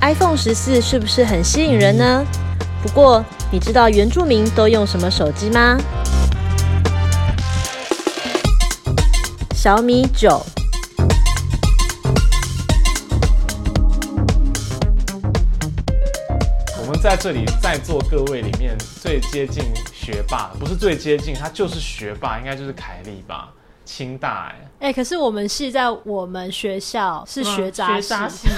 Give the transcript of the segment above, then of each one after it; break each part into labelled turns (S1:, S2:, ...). S1: iPhone 十四是不是很吸引人呢？不过，你知道原住民都用什么手机吗？小米九。
S2: 我们在这里在座各位里面最接近学霸，不是最接近，他就是学霸，应该就是凯莉吧，清大哎、
S3: 哎、可是我们系在我们学校是学渣
S4: 嗯学
S3: 系，
S4: 渣系，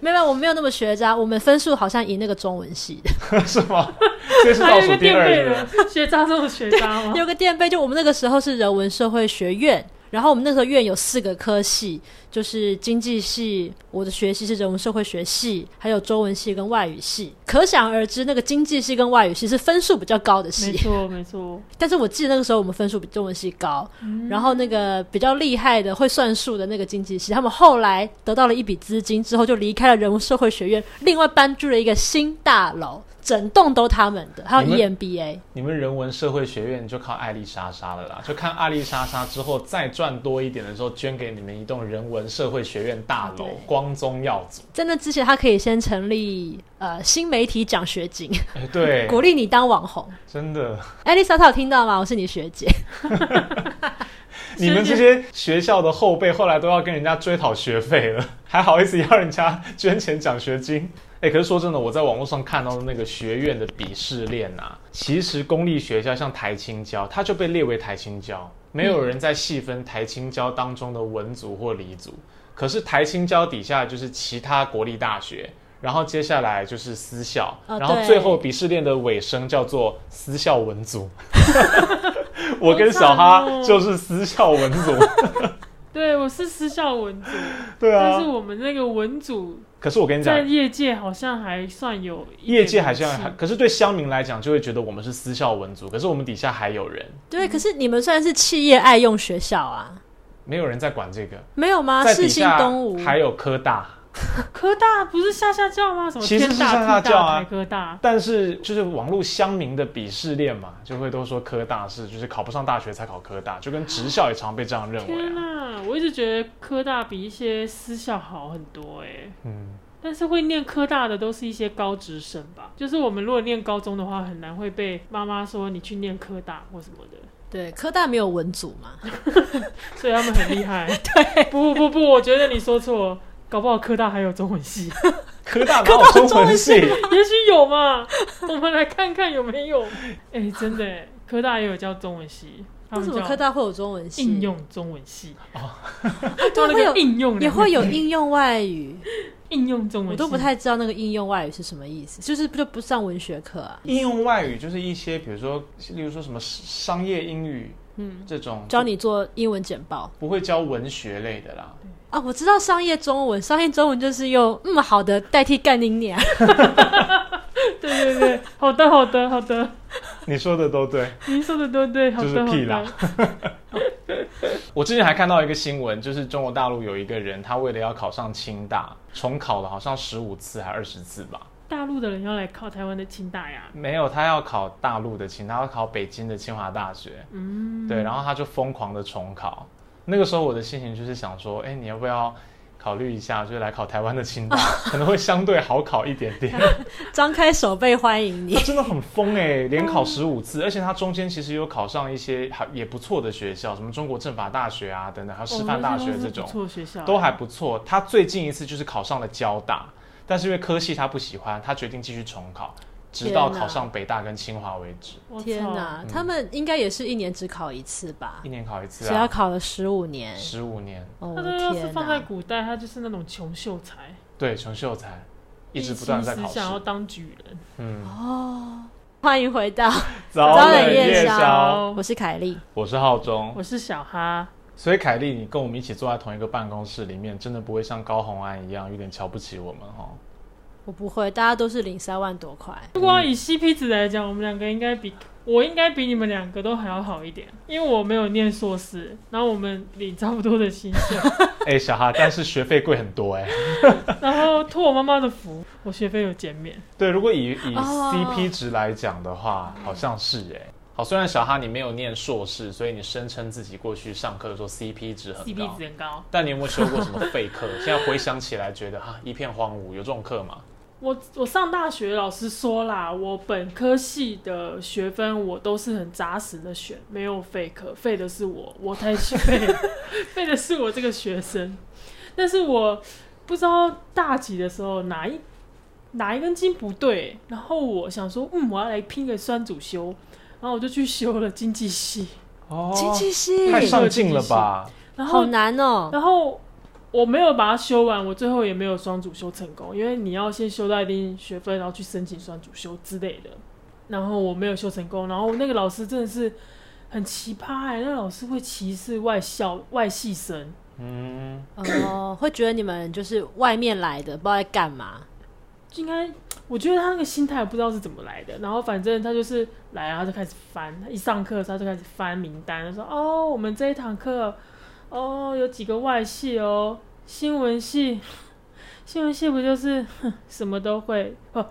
S3: 没有，没有我没有那么学渣，我们分数好像赢那个中文系的。
S2: 哎 是吗？这是
S4: 还
S2: 倒
S4: 有一
S2: 数
S4: 个
S2: 第
S4: 垫
S2: 二
S4: 背
S2: 名。
S4: 人，学渣这种学 渣吗？
S3: 有个垫背，就我们那个时候是人文社会学院，然后我们那个院有四个科系，就是经济系，我的学系是人文社会学系，还有中文系跟外语系。可想而知，那个经济系跟外语系是分数比较高的
S4: 没
S3: 系，
S4: 错，没错。
S3: 但是我记得那个时候我们分数比中文系高，然后那个比较厉害的会算数的那个经济系，他们后来得到了一笔资金之后，就离开了人文社会学院，另外搬居了一个新大楼，整栋都他们的，还有 E
S2: 你们
S3: EMBA。
S2: 你们人文社会学院就靠艾丽莎莎了啦，就看艾丽莎莎之后再赚多一点的时候，捐给你们一栋人文社会学院大楼
S3: 对，
S2: 光宗耀祖。
S3: 在那之前，他可以先成立呃新媒体奖学金，
S2: 哎，对，
S3: 鼓励你当网红。
S2: 真的，
S3: 艾丽莎，她有听到吗？我是你学
S2: 嗯
S3: 姐。
S2: 你们这些学校的后辈后来都要跟人家追讨学费了， 还好意思要人家捐钱奖学金？ 哎、可是说真的，我在网络上看到的那个学院的鄙视链啊，其实公立学校像台青交，它就被列为台青交，没有人在细分台青交当中的文组或理组。可是台青交底下就是其他国立大学，然后接下来就是私校，
S3: 哦
S2: 然后
S3: 对
S2: 最后鄙视链的尾声叫做私校文组。 我跟小哈
S4: 好惨哦
S2: 就是私校文组，
S4: 对，我是私校文组，
S2: 对
S4: 但是
S2: 啊。
S4: 我们那个文组
S2: 可是我跟你
S4: 在
S2: 讲，
S4: 业界好像还算有一点名气，
S2: 业界还像，可是对乡民来讲就会觉得我们是私校文组，可是我们底下还有人，
S3: 对，可是你们虽然是企业爱用学校啊，
S2: 没有人在管这个，
S3: 没有吗？
S2: 在
S3: 啊世
S2: 底
S3: 新
S2: 下
S3: 东吴
S2: 还有科大。
S4: 科大不是下下教吗？什么
S2: 其实
S4: 天
S2: 是
S4: 大、
S2: 下下教
S4: 地大、
S2: 啊
S4: 台科大？
S2: 但是就是网络乡民的鄙视链嘛，就会都说科大是就是考不上大学才考科大，就跟职校也常被这样认
S4: 天
S2: 为、啊。
S4: 哪、我一直觉得科大比一些私校好很多哎、
S2: 嗯，
S4: 但是会念科大的都是一些高职生吧？就是我们如果念高中的话，很难会被妈妈说你去念科大或什么的，
S3: 对科大没有文组嘛？
S4: 所以他们很 厉害。对，不不不，我觉得你说错，搞不好科大还有中文系，
S2: 科大哪有中文系？
S4: 也许有嘛。我们来看看有没有。哎、真的、欸，科大也有叫中文系，他
S3: 为
S4: 们
S3: 什么
S4: 叫
S3: 科大会有中文系？
S4: 应用中文系
S3: 啊对
S4: 就那
S3: 会有
S4: 个应用
S3: 也会
S4: 有
S3: 有应用外语，
S4: 应用中文系，
S3: 我都不太知道那个应用外语是什么意思，就是就不上文学课啊，
S2: 应用外语就是一些，比如说，例如说什么商业英语，
S3: 嗯，
S2: 这种
S3: 教你做英文简报
S2: 不会教文学类的啦。
S3: 啊。我知道商业中文，商业中文就是用嗯好的代替干你娘，
S4: 对对对，好的好的好的，
S2: 你说的都对。
S4: 您说的都对，好
S2: 就是
S4: 的好
S2: 屁啦
S4: 的。
S2: 我之前还看到一个新闻，就是中国大陆有一个人，他为了要考上清大，重考了好像十五次还二十次吧。
S4: 大陆的人要来考台湾的清大呀，
S2: 没有，他要考大陆的清，他要考北京的清华大学。
S4: 嗯，
S2: 对，然后他就疯狂的重考。那个时候我的心情就是想说，哎，你要不要考虑一下，就是来考台湾的清大，可能会相对好考一点点。
S3: 张开手背欢迎你
S2: 他。真的很疯哎、连考十五次，而且他中间其实有考上一些还也不错的学校，什么中国政法大学啊等等，还有
S4: 哦
S2: 师范大学这种
S4: 不，错学校，
S2: 都还不错。他最近一次就是考上了交大，但是因为科系他不喜欢，他决定继续重考，直到
S3: 天哪
S2: 考上北大跟清华为止，
S4: 我操
S3: 天哪，
S2: 嗯
S3: 他们应该也是一年只考一次吧
S2: 一？年考一次
S3: 只要
S2: 啊，
S3: 考了十五年，
S2: 十五年，
S3: 哦，我
S4: 他
S3: 的
S4: 都要是
S3: 天
S4: 放在
S3: 哪！
S4: 古代，他就是那种穷秀才，
S2: 对，陈秀才一直不断地在
S4: 心
S2: 考
S4: 思
S2: 试，
S4: 想要当举人。
S2: 嗯，
S3: 哦，欢迎回到，
S2: 早
S3: 冷夜宵
S2: 宵，
S3: 我是凯莉，
S2: 我是浩中，
S4: 我是小哈，
S2: 所以凯莉，你跟我们一起坐在同一个办公室里面，真的不会像高红安一样有点瞧不起我们哦。
S3: 我不会，大家都是领三万多块，
S4: 如果要以 CP 值来讲，我们两个应该比我应该比你们两个都还要好一点，因为我没有念硕士，然后我们领差不多的薪水，
S2: 哎、小哈，但是学费贵很多哎、
S4: 然后托我妈妈的福，我学费有减免。
S2: 对，如果以以
S3: 哦
S2: CP 值来讲的话，好像是哎、好，虽然小哈你没有念硕士，所以你声称自己过去上课的时候 CP 值很高
S4: ，CP 值很高。
S2: 但你有没有修过什么废课？ 现在回想起来，觉得啊一片荒芜，有这种课吗？
S4: 我我上大学，老师说啦，我本科系的学分我都是很扎实的选，没有废课，废的是我，我太 废了，废的是我这个学生。但是我不知道大几的时候哪一哪一根筋不对，然后我想说，嗯，我要来拼个酸主修，然后我就去修了经济系，
S2: 哦
S1: 经济系
S2: 太
S4: 上
S2: 上进了吧！
S4: 然后
S1: 好难
S3: 嗯
S1: 哦。
S4: 然后我没有把它修完，我最后也没有双主修成功，因为你要先修到一定学分，然后去申请双主修之类的。然后我没有修成功，然后那个老师真的是很奇葩哎、那老师会歧视外校外系生，
S2: 嗯，
S3: 哦，会觉得你们就是外面来的，不知道在干嘛。
S4: 应该我觉得他那个心态不知道是怎么来的，然后反正他就是来，然后就开始翻，他一上课的时候他就开始翻名单，他说哦，我们这一堂课哦有几个外系哦，新闻系，新闻系不就是哼什么都会哦，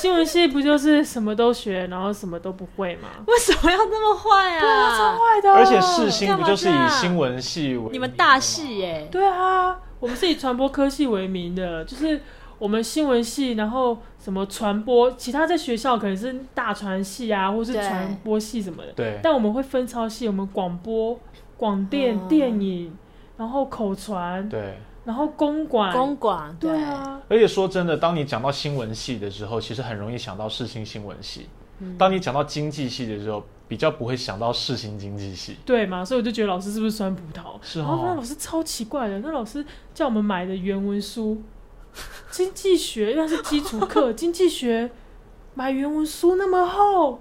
S4: 新闻系不就是什么都学，然后什么都不会吗？
S3: 为什么要那么坏啊？
S4: 哦坏的，
S2: 而且世新不就是
S3: 干嘛
S2: 以
S3: 哦这样
S2: 新闻系为
S3: 你
S2: 名
S3: 们
S2: 的
S3: 大
S2: 吗
S3: 戏耶、
S4: 对啊，我们是以传播科系为名的，就是我们新闻系，然后什么传播，其他在学校可能是大传系啊，或是
S3: 对
S4: 传播系什么的，
S2: 对，
S4: 但我们会分超系，我们广播、广电、
S3: 嗯
S4: 电影，然后口传，
S2: 对。
S4: 然后公馆，
S3: 公馆
S4: 对，啊，
S2: 而且说真的，当你讲到新闻系的时候，其实很容易想到世新新闻系；
S3: 嗯
S2: 当你讲到经济系的时候，比较不会想到世新经济系。
S4: 对嘛，所以我就觉得老师是不是酸葡萄？
S2: 是
S4: 然后那
S2: 哦
S4: 老，师超奇怪的，那老师叫我们买的原文书， 经济学那是基 础课，经济学买原文书那么厚，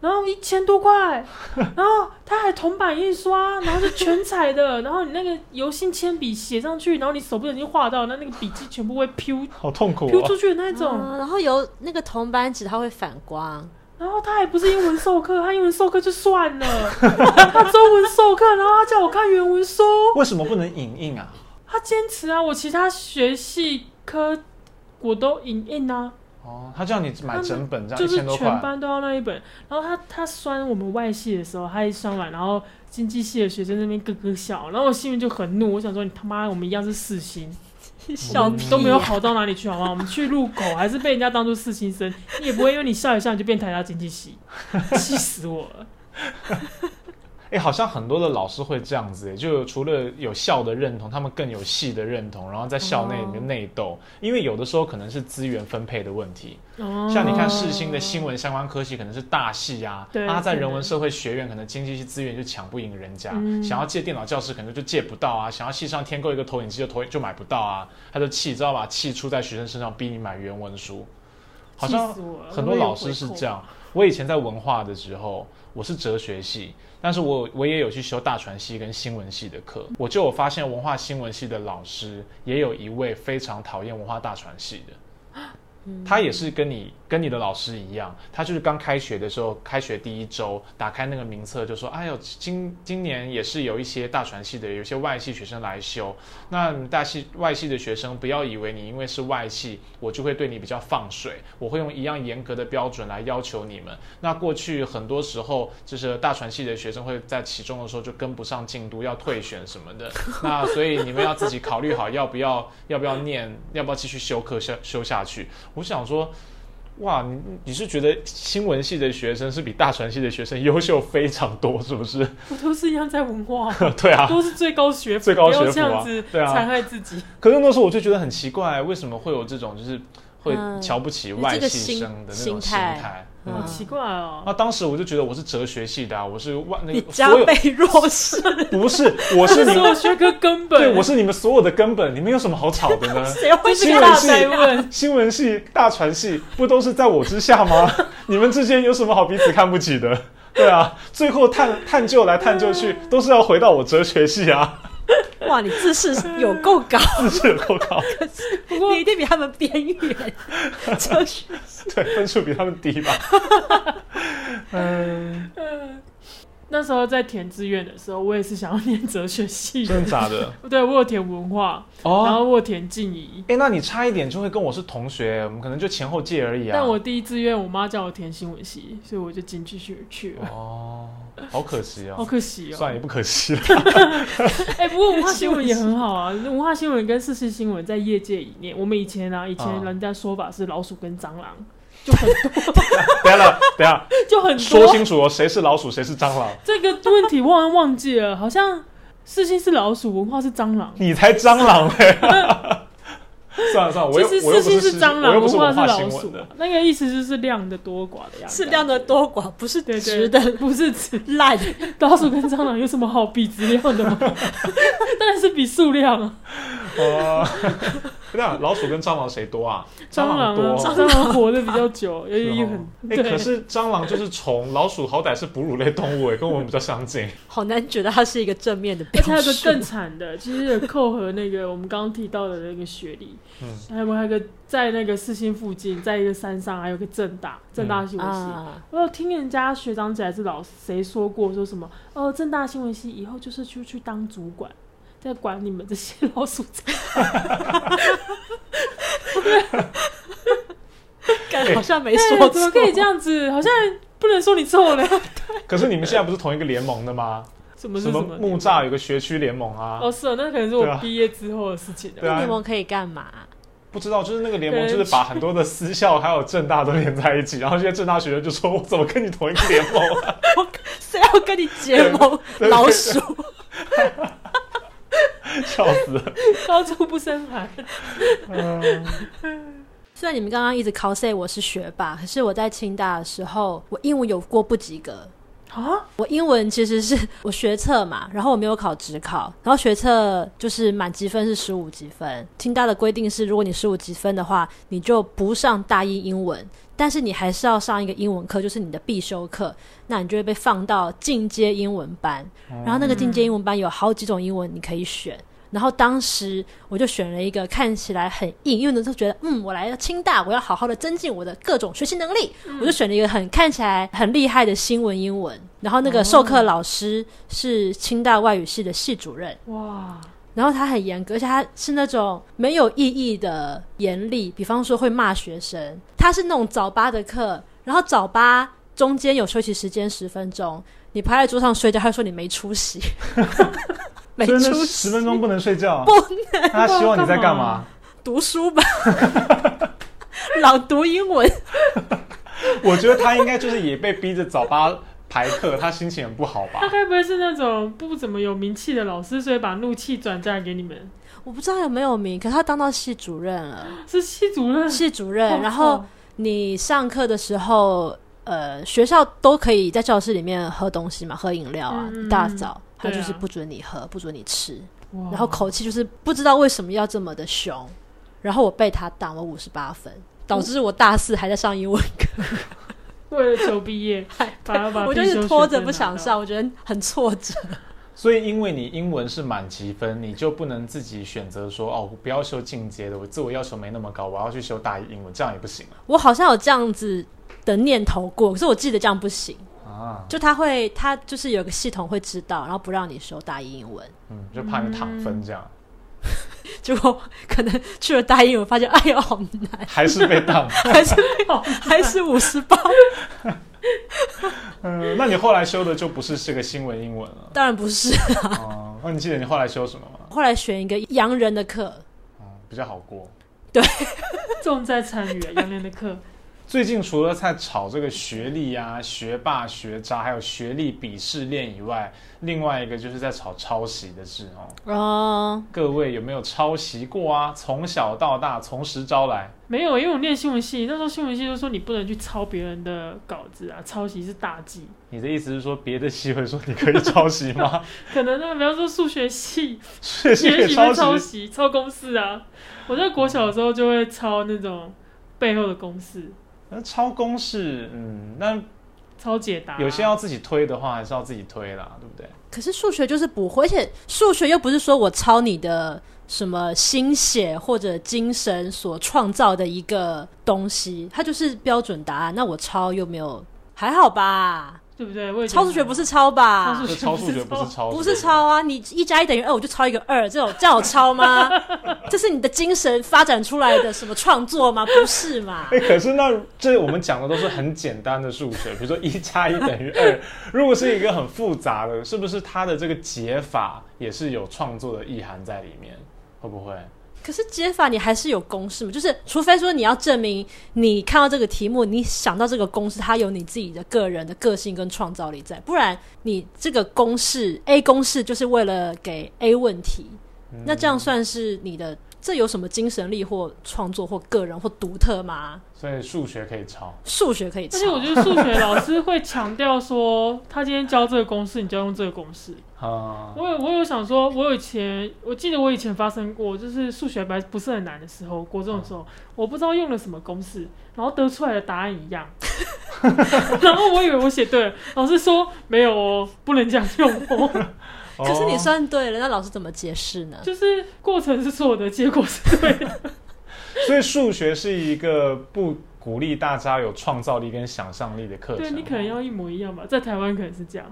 S4: 然后一千 多块，然后他还铜版印刷，然后是全彩的， 然后你那个油性铅笔写上去，然后你手不小心画到，那那个笔记全部会飘
S2: 好痛苦
S4: 飘
S2: 哦
S4: 出。去的那
S3: 那种、
S4: 种。
S3: 然后有那个铜板纸，它会反光，
S4: 然后他还不是英文授课，他英文授课就算了， 他中文授课，然后他叫我看原文书。
S2: 为什么不能影印啊？
S4: 他坚持啊，我其他学系科我都影印啊，
S2: 哦，他叫你买整本，这样
S4: 就
S2: 一
S4: 是
S2: 千多
S4: 全
S2: 块。
S4: 班都要那一本。然后他他酸我们外系的时候，他一酸完，然后经济系的学生那边咯咯笑，然后我心里就很怒，我想说你他妈我们一样是四星，
S3: 小屁、
S4: 都没有。好到哪里去，好吗？我们去路口还是被人家当做四星生，你也不会因为你笑一笑你就变台大经济系， 气死我了。
S2: 哎、好像很多的老师会这样子、诶就除了有校的认同，他们更有系的认同，然后在校内里面内斗，因为有的时候可能是资源分配的问题。
S4: 哦
S2: 像你看世新的新闻相关科系可能是大系啊，
S4: 对
S2: 那他在
S4: 可能
S2: 人文社会学院可能经济系资源就抢不赢人家，
S4: 嗯
S2: 想要借电脑教室可能就借不到啊，想要系上添购一个投影机就投就买不到啊，他就气，知道吧？气出在学生身上，逼你买原文书，好像
S4: 气死我了
S2: 很多老师是这样。我以前在文化的时候，我是哲学系，但是我我也有去修大传系跟新闻系的课，我就有发现文化新闻系的老师也有一位非常讨厌文化大传系的。他也是跟你跟你的老师一样，他就是刚开学的时候，开学第一周打开那个名册就说，哎呦，今今年也是有一些大传系的，有一些外系学生来修，那你大系外系的学生不要以为你因为是外系，我就会对你比较放水，我会用一样严格的标准来要求你们。那过去很多时候，就是大传系的学生会在其中的时候就跟不上进度，要退选什么的。 那所以你们要自己考虑好要不要要不要念，要不要继续修课修修下去。我想说。哇，你你是觉得新闻系的学生是比大传系的学生优秀非常多，是不是？
S4: 我都是一样在文化，
S2: 对啊，
S4: 都是最高学府，
S2: 最高学府啊
S4: 不要这样子
S2: 对啊
S4: 残害自己。
S2: 可是那时候我就觉得很奇怪，为什么会有这种就是会
S3: 嗯
S2: 瞧不起外系生的那
S3: 这
S2: 种
S3: 个心
S2: 心
S3: 态
S2: 态？
S3: 嗯
S2: 嗯
S4: 好奇怪哦
S2: 那、，当时我就觉得我是哲学系的、啊，我是外那
S3: 你
S2: 个所
S3: 加
S2: 有
S3: 倍弱势，
S2: 不是，我是
S4: 这
S2: 你
S4: 是
S2: 们
S4: 我学科根本。
S2: 对，我是你们所有的根本，你们有什么好吵的 呢？
S3: 谁会
S2: 新
S3: 这
S2: 闻
S3: 样
S2: 系
S4: 灾 问、
S2: 新闻系、大传系不都是在我之下吗？ 你们之间有什么好彼此看不起的？对啊，最后探探究来探究 去，都是要回到我哲学系啊，
S3: 哇，你自视有够高，
S2: 自视有够高，
S4: 不过
S3: 你一定比他们边缘。 就是
S2: 哎对，分数比他们低吧。
S4: 那时候在填志愿的时候，我也是想要念哲学系的
S2: 真的假的？
S4: 对我有填文化，然
S2: 哦，
S4: 后我有填静怡，
S2: 哎、那你差一点就会跟我是同学，我们可能就前后届而已啊。
S4: 但我第一志愿我妈叫我填新闻系，所以我就进去去去了，
S2: 哦，好可惜
S4: 好
S2: 哦。
S4: 可惜哦、
S2: 算了，也不可惜了。
S4: 哎、不过文化新闻也很好啊，文化新闻跟世事新闻在业界里面，我们以前啊，以前
S2: 啊
S4: 人家说法是老鼠跟蟑螂，就很多，
S2: 等一下了，等一 下，
S4: 就很
S2: 说
S4: 多。
S2: 清楚哦，谁是老鼠，谁是蟑螂？
S4: 这个问题忘忘记了，好像世新是老鼠，文化是蟑螂。
S2: 你才蟑螂嘞！ 算了算了，我
S4: 其
S2: 又
S4: 实
S2: 我又
S4: 世
S2: 不
S4: 新
S2: 是
S4: 是蟑
S2: 我
S4: 螂，
S2: 又不
S4: 文
S2: 是文
S4: 是
S2: 化
S4: 老
S2: 新
S4: 鼠
S2: 闻的
S4: 啊，。那个意思就是量的多寡的样子。
S3: 适量的多寡，不是
S4: 对对
S3: 直的
S4: 不是指
S3: 烂。
S4: 老鼠跟蟑螂有什么好比质量的吗？ 当然是比数量啊，
S2: 哦， 那老鼠跟蟑螂谁多啊？蟑
S4: 螂
S2: 多
S4: 啊，。蟑螂活得比较久，而且
S2: 是
S4: 又
S2: 哦
S4: 很
S2: 哎、
S4: 对
S2: 可是蟑螂就是虫，老鼠好歹是哺乳类动物，哎，跟我们比较相 近。
S3: 好难觉得它是一个正面的
S4: 而
S3: 标
S4: 且还有个
S3: 准
S4: 更惨的，其实有扣合那个我们刚刚提到的那个学历，
S2: 嗯
S4: 还有还有个在那个四星附近，在一个山上，还有个正大，正大新闻系。
S3: 啊，
S4: 我有听人家学长姐还是老师谁说过，说什么哦，正大新闻系以后就是去去当主管，在管你们这些老鼠仔。
S3: 感好像没
S4: 哎
S3: 说
S4: 怎
S3: 错，
S4: 么可以这样子？好像不能说你错了。
S2: 可是你们现在不是同一个联盟的吗？
S4: 什么是
S2: 什
S4: 什
S2: 么
S4: 么嗯
S2: 木栅有个学区联盟啊？
S4: 哦，是哦，那可能是
S2: 对
S4: 我
S2: 啊
S4: 毕业之后的事情了。
S2: 对啊
S3: 那联盟可以干嘛？
S2: 不知道，就是那个联盟，
S4: 对
S2: 就是把很多的私校还有正大都连在一起，然后现在正大学生就说：“我怎么跟你同一个联盟 啊、
S3: 谁要跟你结盟？
S2: 对对
S3: 老鼠，
S2: 笑死了。
S4: 高中不胜寒，
S3: 虽然你们刚刚一直 cos 我是学霸，可是我在清大的时候，我英文有过不及格。
S4: 啊，
S3: 我英文其实是 我学测嘛，然后我没有考职考，然后学测就是满积分是十五积分。清大的规定是，如果你十五积分的话，你就不上大一英文，但是你还是要上一个英文课，就是你的必修课，那你就会被放到进阶英文班。然后那个进阶英文班有好几种英文你可以选。然后当时我就选了一个看起来很硬，因为那时候觉得，嗯，我来了清大，我要好好的增进我的各种学习能力，我就选了一个很看起来很厉害的新闻英文。然后那个授课老师是清大外语系的系主任，
S4: 哇，
S3: 然后他很严格，而且他是那种没有意义的严厉，比方说会骂学生。他是那种早八的课，然后早八中间有休息时间十分钟，你趴在桌上睡觉，他说你没出息，没
S2: 所以
S3: 出
S2: 那
S3: 息，
S2: 十分钟不能睡觉，不能。他希望你在干嘛？
S3: 读书吧，朗读英文。
S2: 我觉得他应该就是也被逼着早八排课，他心情很不好吧
S4: 他？该不会是那种不怎么有名气的老师，所以把怒气转嫁给你们？
S3: 我不知道有没有名，可是他当到系主任了，
S4: 是系主 任？
S3: 系主
S4: 好
S3: 任，
S4: 丑
S3: 然后你上课的时候，呃，学校都可以在教室里面喝东西嘛，喝饮料啊，
S4: 嗯嗯
S3: 一大早他
S4: 对啊
S3: 就是不准你喝，不准你吃，
S4: 哇
S3: 然后口气就是不知道为什么要这么的凶，然后我被他挡了五十八分，导致我大四还在上英文课，
S4: 为了求 毕业，反而把
S3: 我就
S4: 必修
S3: 是拖着
S4: 学分
S3: 不想
S4: 拿到。
S3: 上，我觉得很挫折。
S2: 所以因为你英文是满积分，你就不能自己选择说哦，我不要修进阶的，我自我要求没那么高，我要去修大一英文，这样也不行
S3: 我好像有这样子的念头过，可是我记得这样不行，
S2: 啊。啊，
S3: 就他会他就是有个系统会知道，然后不让你修大一英文。
S2: 嗯，就怕你躺分这样，
S3: 结果可能去了大一，我发现哎呦好难，
S2: 还是被当。
S3: 还是没有，还是五十八。
S2: 嗯，那你后来修的就不是这个新闻英文 了。
S3: 当然不是，
S2: 哦，那你记得你后来修什么吗？
S3: 后来选一个洋人的课，
S2: 嗯，比较好过。
S4: 重在参与啊杨连的课，
S2: 最近除了在炒这个学历啊、学霸、学渣，还有学历鄙视链以外，另外一个就是在炒抄袭的事哦。
S3: 哦，
S2: 各位有没有抄袭过啊？从小到大，从实招来。
S4: 没有，因为我念新闻系，那时候新闻系就说你不能去抄别人的稿子啊，抄袭是大忌。
S2: 你的意思是说，别的系会说你可以抄袭 吗？
S4: 可能啊那个比方说数 学系，
S2: 学习可
S4: 也
S2: 以
S4: 喜欢
S2: 抄
S4: 抄
S2: 袭？
S4: 袭、抄公式啊。我在国小的时候就会抄那种背后的公式，
S2: 那抄公式，嗯，那
S4: 抄解答啊、
S2: 有些要自己推的话，还是要自己推啦，对不对？
S3: 可是数学就是不会，而且数学又不是说我抄你的什么心血或者精神所创造的一个东西，它就是标准答案。那我抄又没有还好吧？
S4: 对不对？我也觉得
S3: 超数学不是超吧？
S4: 超数
S2: 这超数学不是超，
S3: 不是超啊！你一加一等于二，我就超一个二，这种这样有超吗？ 这是你的精神发展出来的什么创作吗？不是嘛？
S2: 哎、可是那这我们讲的都是很简单的数学，比如说一加一等于二。如果是一个很复杂的，是不是它的这个解法也是有创作的意涵在里面？会不会？
S3: 可是解法你还是有公式嘛？就是除非说你要证明你看到这个题目，你想到这个公式，它有你自己的个人的个性跟创造力在，不然你这个公式 A 公式就是为了给 A 问题，
S2: 嗯
S3: 那这样算是你的。这有什么精神力或创作或个人或独特吗？
S2: 所以数学可以抄，
S3: 数学可以抄，
S4: 而且我觉得数学老师会强调说，他今天教这个公式，你就要用这个公式。
S2: 啊、
S4: 我有我有想说，我以前我记得我以前发生过，就是数学本来不是很难的时候，国中的时候，我不知道用了什么公式，然后得出来的答案一样， 然后我以为我写对了，老师说没有哦，不能这样用哦，
S3: 可是你算对了，那老师怎么解释呢？
S4: 就是过程是错的，结果是对的。
S2: 所以数学是一个不鼓励大家有创造力跟想象力的课程。哦
S4: 对你可能要一模一样吧，在台湾可能是这样。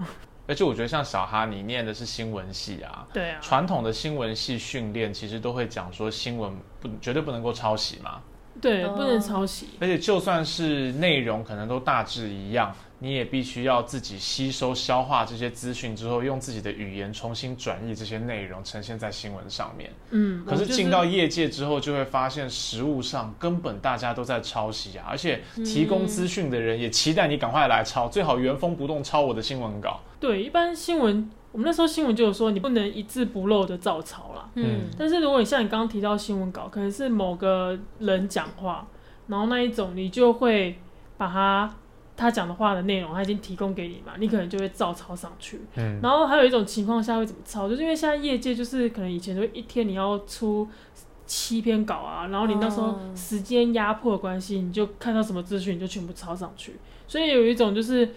S2: 而且我觉得像小哈，你念的是新闻系啊，
S4: 对啊，
S2: 传统的新闻系训练其实都会讲说新闻不绝对不能够抄袭嘛，
S4: 对，
S3: 哦
S4: 不能抄袭。
S2: 而且就算是内容可能都大致一样，你也必须要自己吸收消化这些资讯之后，用自己的语言重新转译这些内容，呈现在新闻上面。
S4: 嗯，
S2: 可
S4: 我
S2: 是
S4: 就
S2: 进到业界之后，就会发现实物上根本大家都在抄袭
S4: 嗯
S2: 啊，而且提供资讯的人也期待你赶快来抄，最好原封不动抄我的新闻稿。
S4: 对，一般新闻，我们那时候新闻就有说，你不能一字不漏的照抄啦。
S3: 嗯，
S4: 但是如果你像你刚刚提到新闻稿，可能是某个人讲话，然后那一种你就会把他他讲的话的内容，他已经提供给你嘛，你可能就会照抄上去。
S2: 嗯，
S4: 然后还有一种情况下会怎么抄，就是因为现在业界就是可能以前就一天你要出七篇稿啊，然后你那时候
S3: 哦
S4: 时间压迫的关系，你就看到什么资讯你就全部抄上去，所以有一种就是。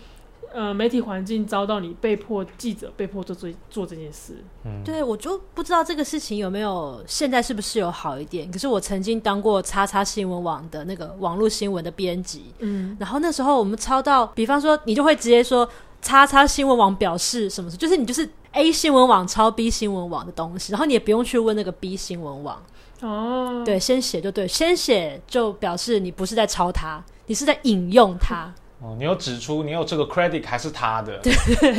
S4: 呃，媒体环境遭到你被迫记者被迫做这做这件事，
S3: 对，我就不知道这个事情有没有现在是不是有好一点。可是我曾经当过叉叉新闻网的那个网络新闻的编辑，
S4: 嗯，
S3: 然后那时候我们抄到，比方说你就会直接说叉叉新闻网表示什么事，就是你就是 A 新闻网抄 B 新闻网的东西，然后你也不用去问那个 B 新闻网，
S4: 哦，
S3: 对，先写就对，先写就表示你不是在抄它，你是在引用它，
S2: 哦，你有指出你有这个 credit 还是他的，
S3: 对，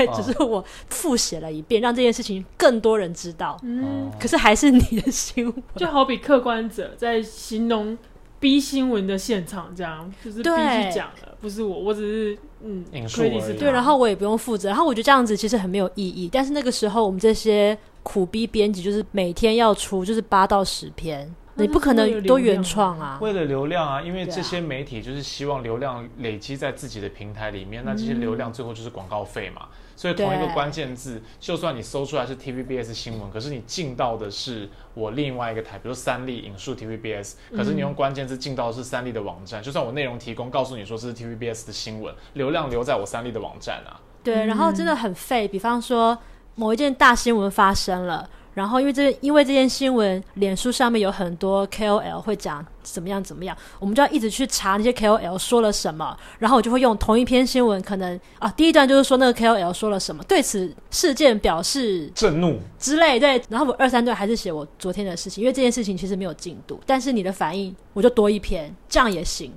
S2: 哦
S3: 只是我复写了一遍，让这件事情更多人知道。
S4: 嗯，
S2: 哦
S3: 可是还是你的新闻，
S4: 就好比客观者在形容 B 新闻的现场，这样就是 B
S3: 对
S4: 去讲了，不是我，我只是嗯，
S2: 引述
S4: credit
S2: 而
S4: 是
S2: 已啊
S4: 他
S3: 对，然后我也不用负责，然后我觉得这样子其实很没有意义。但是那个时候我们这些苦逼编辑就是每天要出就是八到十篇，
S4: 那
S3: 你不可
S4: 就是为
S3: 能
S4: 了
S3: 都
S4: 流量
S3: 原创啊。
S2: 为了流量啊，因为
S3: 对啊
S2: 这些媒体就是希望流量累积在自己的平台里面，那这些
S3: 嗯
S2: 流量最后就是广告费嘛。所以同一个
S3: 对
S2: 关键字，就算你搜出来是 TVBS 新闻，可是你进到的是我另外一个台，比如三立引述 TVBS，可
S3: 嗯
S2: 是你用关键字进到的是三立的网站，就算我内容提供告诉你说这是 TVBS 的新闻，流量留在我三立的网站啊。
S4: 嗯
S3: 对，然后真的很废。比方说某一件大新闻发生了，然后因为这因为这件新闻，脸书上面有很多 KOL 会讲怎么样怎么样，我们就要一直去查那些 KOL 说了什么，然后我就会用同一篇新闻，可能啊第一段就是说那个 KOL 说了什么，对此事件表示
S2: 震怒，
S3: 之类，对，然后我二三段还是写我昨天的事情，因为这件事情其实没有进度，但是你的反应我就多一篇，这样也行。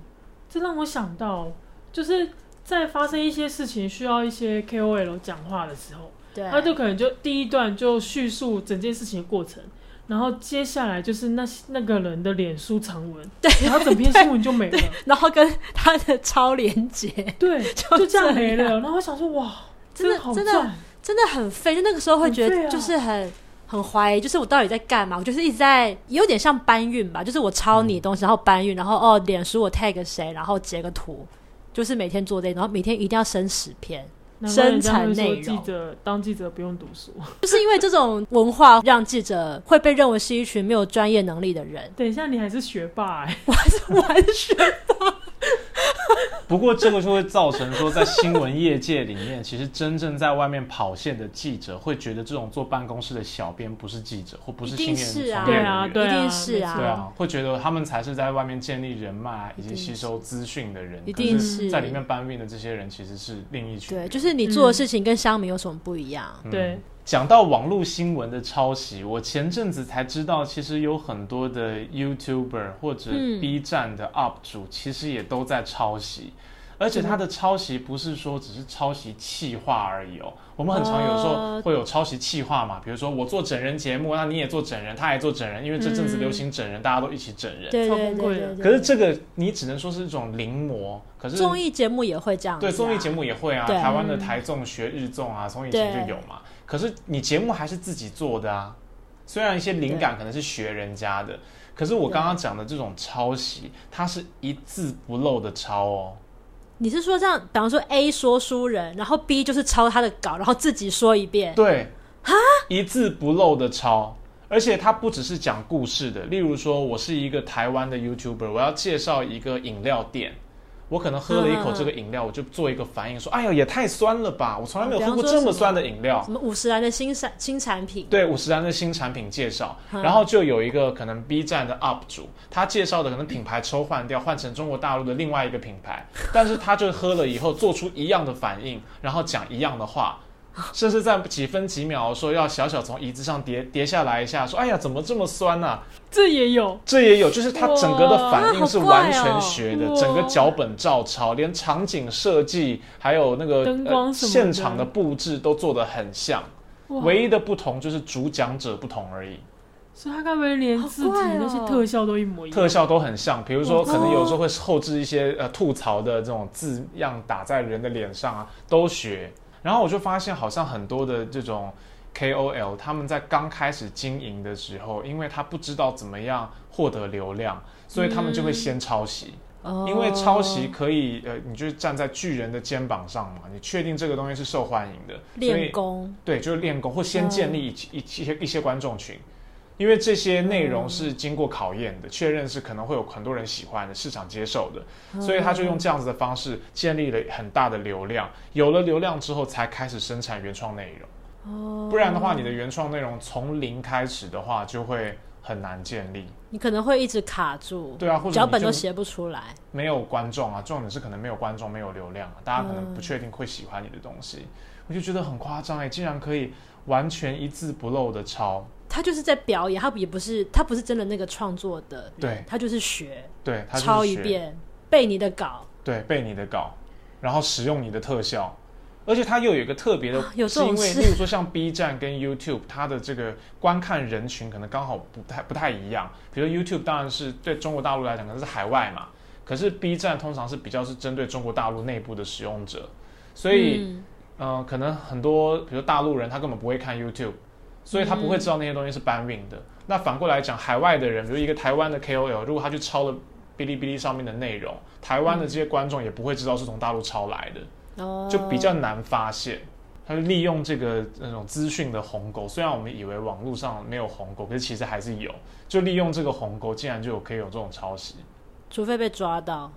S4: 这让我想到，就是在发生一些事情需要一些 KOL 讲话的时候，
S3: 对，
S4: 他就可能就第一段就叙述整件事情的过程。然后接下来就是那那个人的脸书长文，对，然后整篇新闻就没了，
S3: 然后跟他的超连接，
S4: 对，
S3: 就
S4: 就这样
S3: 这
S4: 没
S3: 样
S4: 了。然后我想说，哇，
S3: 真的
S4: 这好
S3: 真的
S4: 赚
S3: 真的很废。就那个时候会觉
S4: 很废
S3: 得
S4: 啊
S3: 就是很。很怀疑，就是我到底在干嘛？我就是一直在，有点像搬运吧，就是我抄你的东西，然后搬运，然后哦，脸书我 tag 谁，然后截个图，就是每天做这个，然后每天一定要生十 篇，
S4: 难怪人
S3: 生
S4: 家
S3: 产
S4: 会说
S3: 内容
S4: 记者当记者不用读书。
S3: 就是因为这种文化让记者会被认为是一群没有专业 能力的人，
S4: 欸 等一下，你还是学霸哎、
S3: 我还是学霸，
S2: 不过这个就会造成说，在新闻业界里面，其实真正在外面跑线的记者会觉得这种坐办公室的小编不是记者，或不
S3: 一
S2: 是新
S3: 定
S2: 闻
S3: 是啊，
S2: 从业
S4: 对
S2: 人
S4: 啊
S2: 员
S4: 对
S3: 一定是
S4: 没
S2: 对
S4: 错
S3: 啊，
S2: 啊，会觉得他们才是在外面建立人脉以
S3: 一定
S2: 及
S3: 是
S2: 吸收资讯的人，
S3: 一
S2: 可
S3: 定
S2: 是
S3: 是
S2: 在里面搬运的这些人其实是另一群人。
S3: 对，就是你做的事情跟乡民有什么不一样？
S2: 嗯
S4: 对，
S2: 讲到网络新闻的抄袭，我前阵子才知道，其实有很多的 YouTuber 或者
S3: 嗯
S2: B 站的 UP 主，其实也都在抄袭。而且他的抄袭不是说只是抄袭气话而已哦，我们很常有时候
S3: 哦
S2: 会有抄袭气话嘛，比如说我做整人节目，那你也做整人，他也做整人，因为这阵子
S3: 嗯
S2: 流行整人，大家都一起整人。
S3: 对
S4: 超
S3: 对
S4: 崩溃
S3: 对
S4: 的
S3: 对。
S2: 可是这个你只能说是一种临摹，可是
S3: 综艺节目也会这样子啊，
S2: 对综艺节目也会啊，
S3: 对
S2: 台湾的台综、学日综啊，从以前就有嘛。可是你节目还是自己做的啊，虽然一些灵感可能是学人家的，可是我刚刚讲的这种抄袭，它是一字不漏的抄哦。
S3: 你是说这样，比方说 A 说书人，然后 B 就是抄他的稿，然后自己说一遍，
S2: 对，一字不漏的抄。而且它不只是讲故事的，例如说，我是一个台湾的 YouTuber，我要介绍一个饮料店，我可能喝了一
S3: 嗯
S2: 口
S3: 嗯嗯
S2: 这个饮料，我就做一个反应说：“哎呦，也太酸了吧！我从来没
S3: 哦
S2: 有
S3: 比
S2: 喝
S3: 方
S2: 过
S3: 说
S2: 这么
S3: 什么
S2: 酸的饮料。”
S3: 什么五十岚的新产新产品，
S2: 对五十岚的新产品介绍，
S3: 嗯
S2: 然后就有一个可能 B 站的 UP 主，他介绍的可能品牌抽换掉，换成中国大陆的另外一个品牌，但是他就喝了以后做出一样的反应，然后讲一样的话。甚至在几分几秒说要小小从椅子上跌跌下来一下，说哎呀怎么这么酸啊呐、
S4: 这也有，
S2: 这也有，就是他整个的反应是完全学的，
S4: 哇好怪哦
S2: 整个脚本照抄，连场景设计还有那个
S4: 灯光
S2: 呃、
S4: 什么
S2: 现
S4: 的
S2: 场的布置都做得很像。
S4: 哇哎
S2: 唯一的不同就是主讲者不同而已，
S4: 所以他该不会连字体
S3: 好怪哦
S4: 那些特效都一模一样？
S2: 特效都很像。比如说，
S4: 哦
S2: 可能有时候会后置一些呃吐槽的这种字样打在人的脸上啊，都学。然后我就发现，好像很多的这种 KOL，他们在刚开始经营的时候，因为他不知道怎么样获得流量，所以他们就会
S4: 嗯
S2: 先抄袭。
S3: 哦
S2: 因为抄袭可以，呃，你就是站在巨人的肩膀上嘛，你确定这个东西是受欢迎的，所以
S3: 练功，嗯
S2: 对，就是练功，或先建立一、一一些一些观众群，因为这些内容是经过考验的，确认是可能会有很多人喜欢的，市场接受的，
S3: 嗯
S2: 所以他就用这样子的方式建立了很大的流量。有了流量之后，才开始生产原创内容，
S3: 哦
S2: 不然的话，你的原创内容从零开始的话，就会很难建立。
S3: 你可能会一直卡住，
S2: 对啊，或者
S3: 脚
S2: 你
S3: 本
S2: 就
S3: 都写不出来，
S2: 没有观众啊，重点是可能没有观众，没有流量啊，大家可能不确定会喜欢你的东西，我就觉得很夸张哎，竟然可以完全一字不漏的抄，
S3: 他就是在表演，他也不是他不是真的那个创作的人，
S2: 对
S3: 他就是学
S2: 对，他就是
S3: 抄一
S2: 学，
S3: 遍背你的稿，
S2: 对，背你的稿，然后使用你的特效，而且它又有一个特别的，
S3: 啊有这
S2: 是因
S3: 种
S2: 为
S3: 事
S2: 例如说像 B 站跟 YouTube，它的这个观看人群可能刚好不太不太一样，比如 YouTube 当然是对中国大陆来讲可能是海外嘛，可是 B 站通常是比较是针对中国大陆内部的使用者，所以。
S3: 嗯
S2: 嗯，可能很多，比如大陆人，他根本不会看 YouTube，所以他不会
S3: 嗯
S2: 知道那些东西是搬运的。那反过来讲，海外的人，比如一个台湾的 KOL，如果他去抄了哔哩哔哩上面的内容，台湾的这些观众也不会知道是从大陆抄来的，
S3: 哦
S2: 就比较难发现。他就利用这个呃那种资讯的鸿沟，虽然我们以为网络上没有鸿沟，可是其实还是有。就利用这个鸿沟，竟然就有可以有这种抄袭，
S3: 除非被抓到，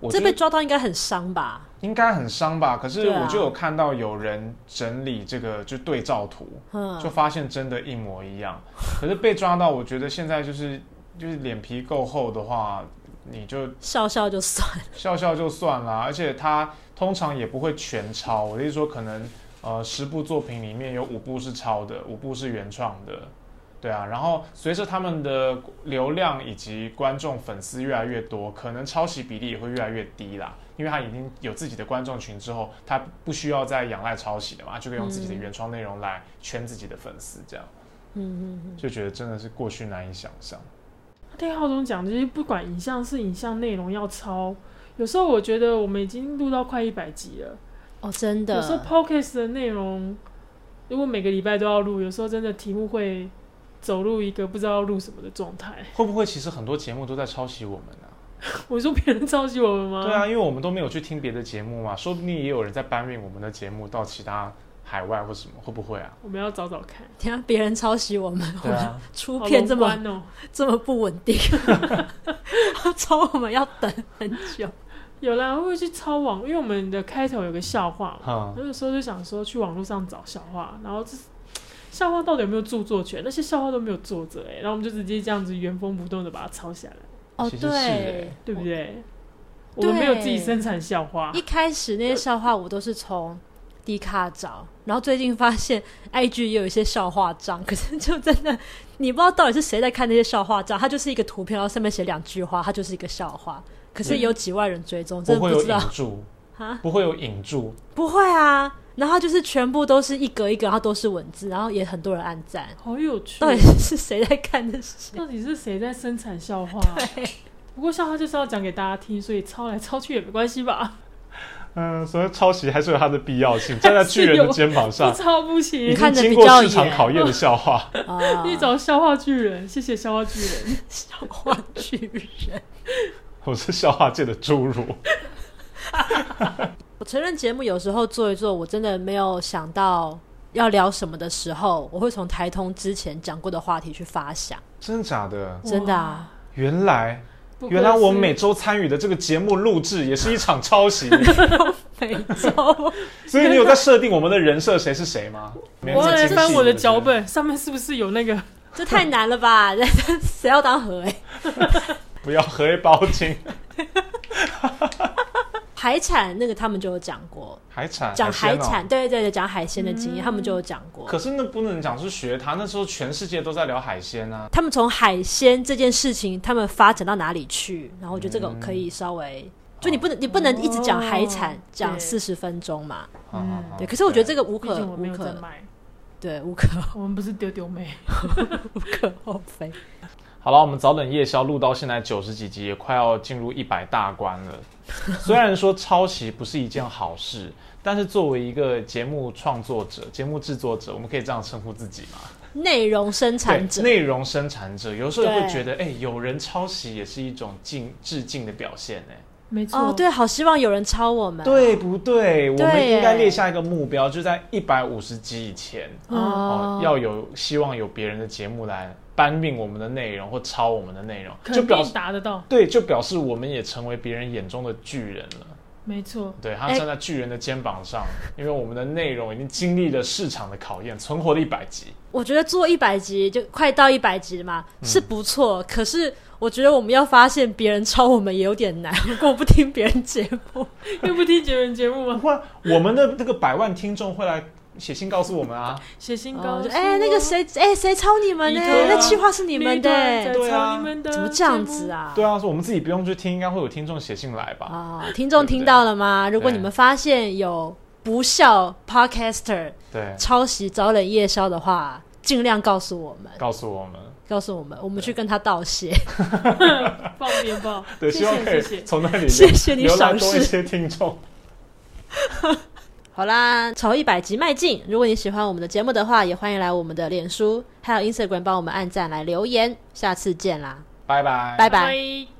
S2: 我
S3: 这
S2: 觉得
S3: 被抓到应该很伤吧？
S2: 应该很伤吧？可是
S3: 对啊
S2: 我就有看到有人整理这个就对照图，就
S3: 嗯，
S2: 发现真的一模一样。可是被抓到，我觉得现在就是就是脸皮够厚的话，你就
S3: 笑笑就算了，
S2: 笑笑就算啦。而且他通常也不会全抄，我的意思说，可能呃十部作品里面有五部是抄的，五部是原创的。对啊，然后随着他们的流量以及观众粉丝越来越多，可能抄袭比例也会越来越低啦，因为他已经有自己的观众群之后，他不需要再仰赖抄袭了嘛，就可以用自己的
S3: 嗯
S2: 原创内容来圈自己的粉丝这样。
S3: 嗯嗯嗯，
S2: 就觉得真的是过去难以想象。
S4: 听浩总讲，就是不管影像是影像内容要抄，有时候我觉得我们已经录到快一百集了，
S3: 哦，真
S4: 有时候
S3: 的，
S4: podcast 的内容如果每个礼拜都要录，有时候真的题目会走入一个不知道录什么的状态。
S2: 会不会其实很多节目都在抄袭我们呢、
S4: 我说别人抄袭我们吗？
S2: 对啊，因为我们都没有去听别的节目嘛，说不定也有人在搬运我们的节目到其他海外或什么，会不会 啊？
S4: 我们要找找看。
S3: 等一下别人抄袭我们，我
S2: 对
S3: 们
S2: 啊，
S3: 出
S4: 好
S3: 片这么
S4: 宏观哦，
S3: 这么不稳定，抄我们要等很久。
S4: 有啦，会去抄网，因为我们的开头有个笑话嘛，
S2: 哈、
S4: 我有时候就想说去网络上找笑话，然后这笑话到底有没有著作权？那些笑话都没有作者哎、然后我们就直接这样子原封不动的把它抄下来，
S3: 哦，
S2: 其实是
S3: 对
S2: 欸，
S4: 对不对？我
S3: 对
S4: 们没有自己生产笑话
S3: 一，开始那些笑话我都是从迪卡找，然后最近发现 IG 也有一些笑话账，可是就真的你不知道到底是谁在看那些笑话账，它就是一个图片，然后上面写两句话，它就是一个笑话。可是
S2: 对
S3: 有几万人追踪，真
S2: 不
S3: 的
S2: 会
S3: 不
S2: 有
S3: 知道
S2: 引注
S3: 哈，
S2: 不会有引注，
S3: 不会啊。然后就是全部都是一格一格，然后都是文字，然后也很多人按赞。
S4: 好有趣
S3: 到
S4: 哦。
S3: 底是谁在看这些？
S4: 到底是谁在生产笑话？啊不过笑话就是要讲给大家听，所以抄来抄去也没关系 吧？
S2: 嗯，所以抄袭还是有它的必要 性，站在巨人的肩膀
S4: 不
S2: 上，
S4: 抄不
S2: 已
S4: 行。
S2: 经
S3: 看得
S2: 经
S3: 比
S2: 过
S3: 较
S2: 市场
S3: 远
S2: 考 验的笑话，
S3: 啊
S4: 去找笑话巨人，谢谢笑话巨人。
S3: 笑话巨人。
S2: 我是笑话界的侏儒。
S3: 我承认节目有时候做一做，我真的没有想到要聊什么的时候，我会从台通之前讲过的话题去发想。
S2: 真的假的？
S3: 真的啊，
S2: 原来
S4: 不 愧
S2: 原来我每
S4: 是
S2: 周参与的这个节目录制也是一场抄 袭，
S3: 每 周
S2: 所以你有在设定我们的人设谁是谁 吗？
S4: 我要来翻我的脚
S2: 本。
S4: 本，上面是不是有那个？
S3: 这太难了吧？ 谁要当何哎？
S2: 不要黑包金，
S3: 海产那个他们就有讲过，
S2: 海产
S3: 讲海。
S2: 鲜哦
S3: 产，对对对，讲海鲜的经验，他们就有讲过。
S2: 可是那不能讲是学他，那时候全世界都在聊海鲜啊。
S3: 他们从海鲜这件事情，他们发展到哪里去？然后我觉得这个可以稍微，就你不能你不能一直讲海产
S4: 嗯哦
S3: 讲
S4: 对
S3: 四十分钟嘛，
S2: 嗯，好好
S3: 对。可是我觉得这个
S2: 对
S3: 无
S4: 毕
S3: 可
S4: 竟我没
S3: 无
S4: 有在
S3: 可
S4: 卖，
S3: 对无可
S4: 我们不是丢丢妹。
S3: 无可厚非。
S2: 好了，我们早点夜宵录到现在九十几集，也快要进入一百大关了。 虽然说抄袭不是一件好事，但是作为一个节目创作者、节目制作者，我们可以这样称呼自己吗？
S3: 内容生产
S2: 对
S3: 者，
S2: 内容生产者，有时候也会
S3: 对
S2: 觉得，哎、有人抄袭也是一种敬致敬的表现、哎。
S4: 没错，
S3: 哦，对，好希望有人抄我们，
S2: 对不对？我们
S3: 对耶
S2: 应该列下一个目标，就在一百五十集以前哦
S3: 哦，，
S2: 要有希望有别人的节目来搬运我们的内容或抄我们的内容，就
S4: 肯
S2: 表
S4: 定
S2: 示
S4: 达得到。
S2: 对，就表示我们也成为别人眼中的巨人了。
S4: 没错，
S2: 对他
S3: 哎
S2: 站在巨人的肩膀上，因为我们的内容已经经历了市场的考验，存活了一百集。
S3: 我觉得做一百集就快到一百集了嘛，
S2: 嗯
S3: 是不错。可是我觉得我们要发现别人抄我们也有点难， 如果我不听别人节 目，
S4: 又不听节人节目
S2: 不
S4: 吗？
S2: 会，我们的那个百万听众会来写信告诉我们啊。
S4: 写信
S3: 哦
S4: 告
S3: 就
S4: 诉
S3: 哎、那
S4: 我
S3: 个，谁，哎、谁抄你们呢？
S4: 你对啊
S3: 那计划是你们的、
S4: 女团在
S2: 对啊
S4: 抄你们的
S3: 怎么这样子啊？
S4: 啊？
S2: 对啊，说我们自己不用去听，应该会有听众写信来吧。
S3: 啊，听众听到了吗？如果
S2: 对
S3: 你们发现有不孝 podcaster
S2: 对，
S3: 抄袭早冷夜宵的话，尽量告诉我们，
S2: 告诉我们。
S3: 告诉我们，我们去跟他道谢。
S4: 放鞭炮，
S2: 对，
S4: 谢
S2: 希望可以
S4: 谢谢谢。
S2: 从那里
S3: 谢谢你
S2: 留来
S3: 赏
S2: 多一
S3: 识
S2: 些听众。
S3: 好啦，朝一百集迈进。如果你喜欢我们的节目的话，也欢迎来我们的脸书还有 Instagram 帮我们按赞来留言。下次见啦，
S2: 拜拜，
S3: 拜拜。
S4: 拜